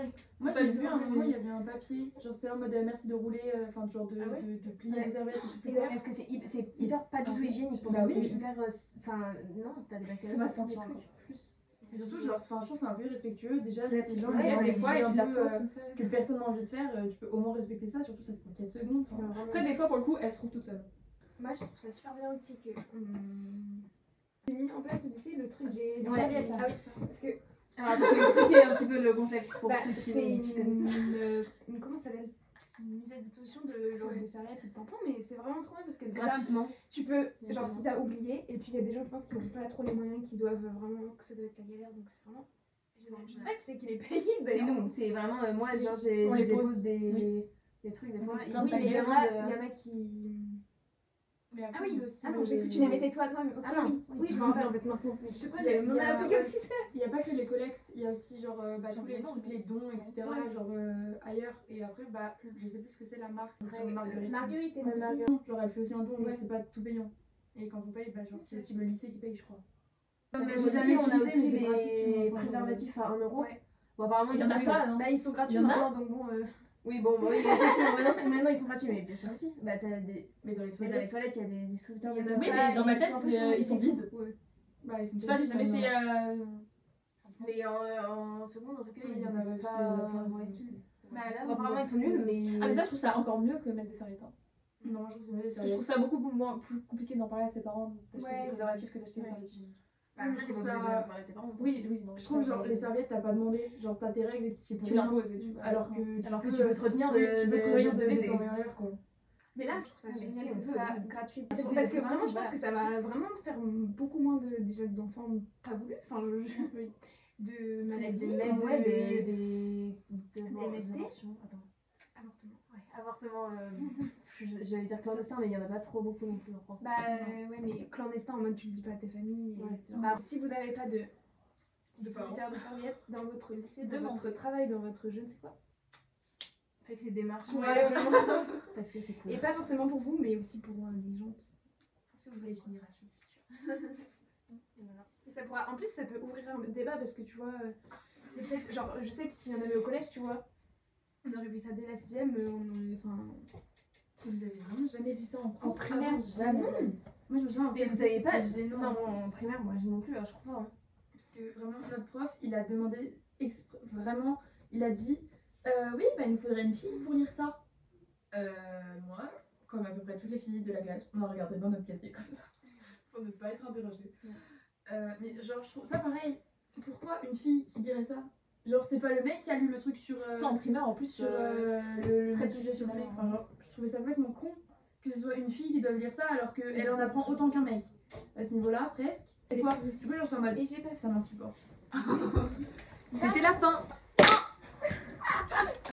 Moi Pas j'ai du vu tout. à un moment il y avait un papier, genre c'était en mode euh, merci de rouler, euh, enfin genre de, Ah ouais de, de plier Ouais. vos serviettes, je sais plus Et quoi. Parce que c'est hyper, c'est hyper pas du tout Ah. hygiénique pour Bah moi. oui. C'est hyper. euh, Enfin, non, t'as des bactéries. Ça va t'as sentir des encore trucs. plus. Et surtout genre enfin, je trouve c'est un peu irrespectueux déjà Ouais, si les gens ouais, ils ont ouais, des des tu fois, idées et un tu la peu, poses euh, comme ça. que personne n'a envie de faire, euh, tu peux au moins respecter ça, surtout ça te prend 4 secondes. enfin. Enfin, vraiment. Après, des fois, pour le coup, elles se trouvent toutes seules. Moi, je trouve ça super bien aussi que. hum, J'ai mis en place au lycée le truc des Ouais. serviettes là. Ah Parce que Alors, pour expliquer un petit peu le concept pour Bah, ceux qui c'est une, qui connaissent. euh, une- comment ça s'appelle une mise à disposition de genre de serviettes et de tampons mais c'est vraiment trop bien parce que déjà Gratuitement. tu peux Ouais, genre vraiment. si t'as oublié et puis il y a des gens je pense qui n'ont pas trop les moyens qui doivent vraiment que ça doit être la galère donc c'est vraiment je sais pas que c'est qui les paye C'est d'ailleurs nous. C'est vraiment. euh, Moi, genre, j'ai On j'ai les des pose. poses des. Des trucs, des fois. Oui, ils- mais ils il y en demandent, a euh, il y en a qui Mais euh. Ah après, oui, c'est aussi ah non, le- j'ai cru que tu les mettais toi à toi, mais ok, Ah non. oui, oui, je m'en rappelle. fait maintenant. Je sais pas, Mais on a il y a- appliqué aussi ça. Il n'y a pas que les collectes, il y a aussi genre euh, bah, Genre tous les les dons, trucs, les dons, etc. Ouais. Genre euh, ailleurs. Et après, bah, je sais plus ce que c'est la marque. Ouais, sur euh, Marguerite. Marguerite et Ouais, Marguerite. Marguerite. Genre elle fait aussi un don, mais Ouais. c'est pas tout payant. Et quand on paye, bah, genre, c'est Oui, aussi le lycée qui paye, je crois. Ça Mais fait j'ai jamais euh, aussi, on a utilisé, aussi mais c'est gratuit, tu des m'en prends. préservatifs à 1 euro. Ouais. Bon, apparemment, Il ils y en sont a nuls. pas, non Bah, ils sont gratuits Il y en a maintenant, donc bon. euh, Oui, bon, bah oui, effectivement, maintenant, c'est- maintenant, ils sont gratuits, mais bien sûr aussi. Bah, t'as des... Mais dans les mais dans les toilettes. toilettes, il y a des distributeurs. Il y en a de- pas. Oui, Bah, mais dans ma ils tête, sont un peu euh, ils sont changés. vides. Ouais. Bah, ils sont Je sais pas, j'ai jamais essayé. tellement- euh, Mais en, euh, en seconde, en tout cas, Oui, il y en ils avait étaient pas. juste les lapins, ouais. c'était- Bah là, Bon, apparemment, ils sont nuls, mais. Ah, mais ça, je trouve ça encore mieux que mettre des serviettes. hein. Non, je trouve que c'est mieux Parce que je trouve ça beaucoup moins plus compliqué d'en parler à ses parents d'acheter Ouais. des préservatifs que d'acheter Ouais. des serviettes hygiéniques. Ah, Bah, après, je trouve les ça. modèles, Oui, oui, non. Je trouve genre les serviettes, t'as pas demandé. Genre t'as tes règles et tu Tu l'imposes et tu. Alors que tu Alors que peux- tu veux te retenir de. Oui, tu peux te retenir de baiser. les envoyer en l'air quoi. Mais là, je trouve ça Mais génial si, que on ce peut, soit oui. gratuit. Parce Parce que- que, vraiment, je pense voilà. que ça va vraiment faire beaucoup moins de, déjà d'enfants pas voulus, enfin, je- je- oui, de maladies, Même, de- ouais, des. Des. Des. MST. abortions. Attends. avortements, ouais. Avortement, euh, je- j'allais dire clandestin, mais il n'y en a pas trop beaucoup non plus en France. Bah euh, ouais, mais clandestin en mode tu le dis pas à tes familles. et Ouais. genre- Bah, si vous n'avez pas de parents. distributeur de serviettes dans votre lycée, dans Demande. votre travail, dans votre je ne sais quoi, faites les démarches. Ouais, vraiment. Parce que c'est cool. et pas forcément pour vous, mais aussi pour euh, les gens qui. Pour les générations. Et ça pourra... En plus, ça peut ouvrir un débat parce que tu vois, euh, les fêtes- genre, je sais que s'il y en avait au collège, tu vois, on aurait vu ça dès la sixième, euh, on aurait- enfin, Vous avez vraiment jamais vu ça en en cours primaire, avant jamais. Moi je me souviens, en Mais CM2, vous avez pas. c'était Non, gênant. en primaire, moi je non plus, hein, je crois pas. hein. Parce que vraiment, notre prof, il a demandé exprès- vraiment, il a dit Euh, Oui, bah, il nous faudrait une fille pour lire ça. Euh, moi, comme à peu près toutes les filles de la classe, on a regardé dans notre casier comme ça, pour ne pas être interrogé. Ouais. mais genre, je trouve ça pareil. Pourquoi une fille qui dirait ça Genre, c'est pas le mec qui a lu le truc sur. euh, Ça en primaire, en plus, sur euh, euh, le, le très sujet sur le mec. différent. Enfin, genre, je trouvais ça complètement con que ce soit une fille qui doive lire ça alors qu'elle en apprend autant qu'un mec. À ce niveau-là, presque. C'est quoi Du coup, genre, c'est en mode. Et j'ai pas Ça m'insupporte. C'était la fin.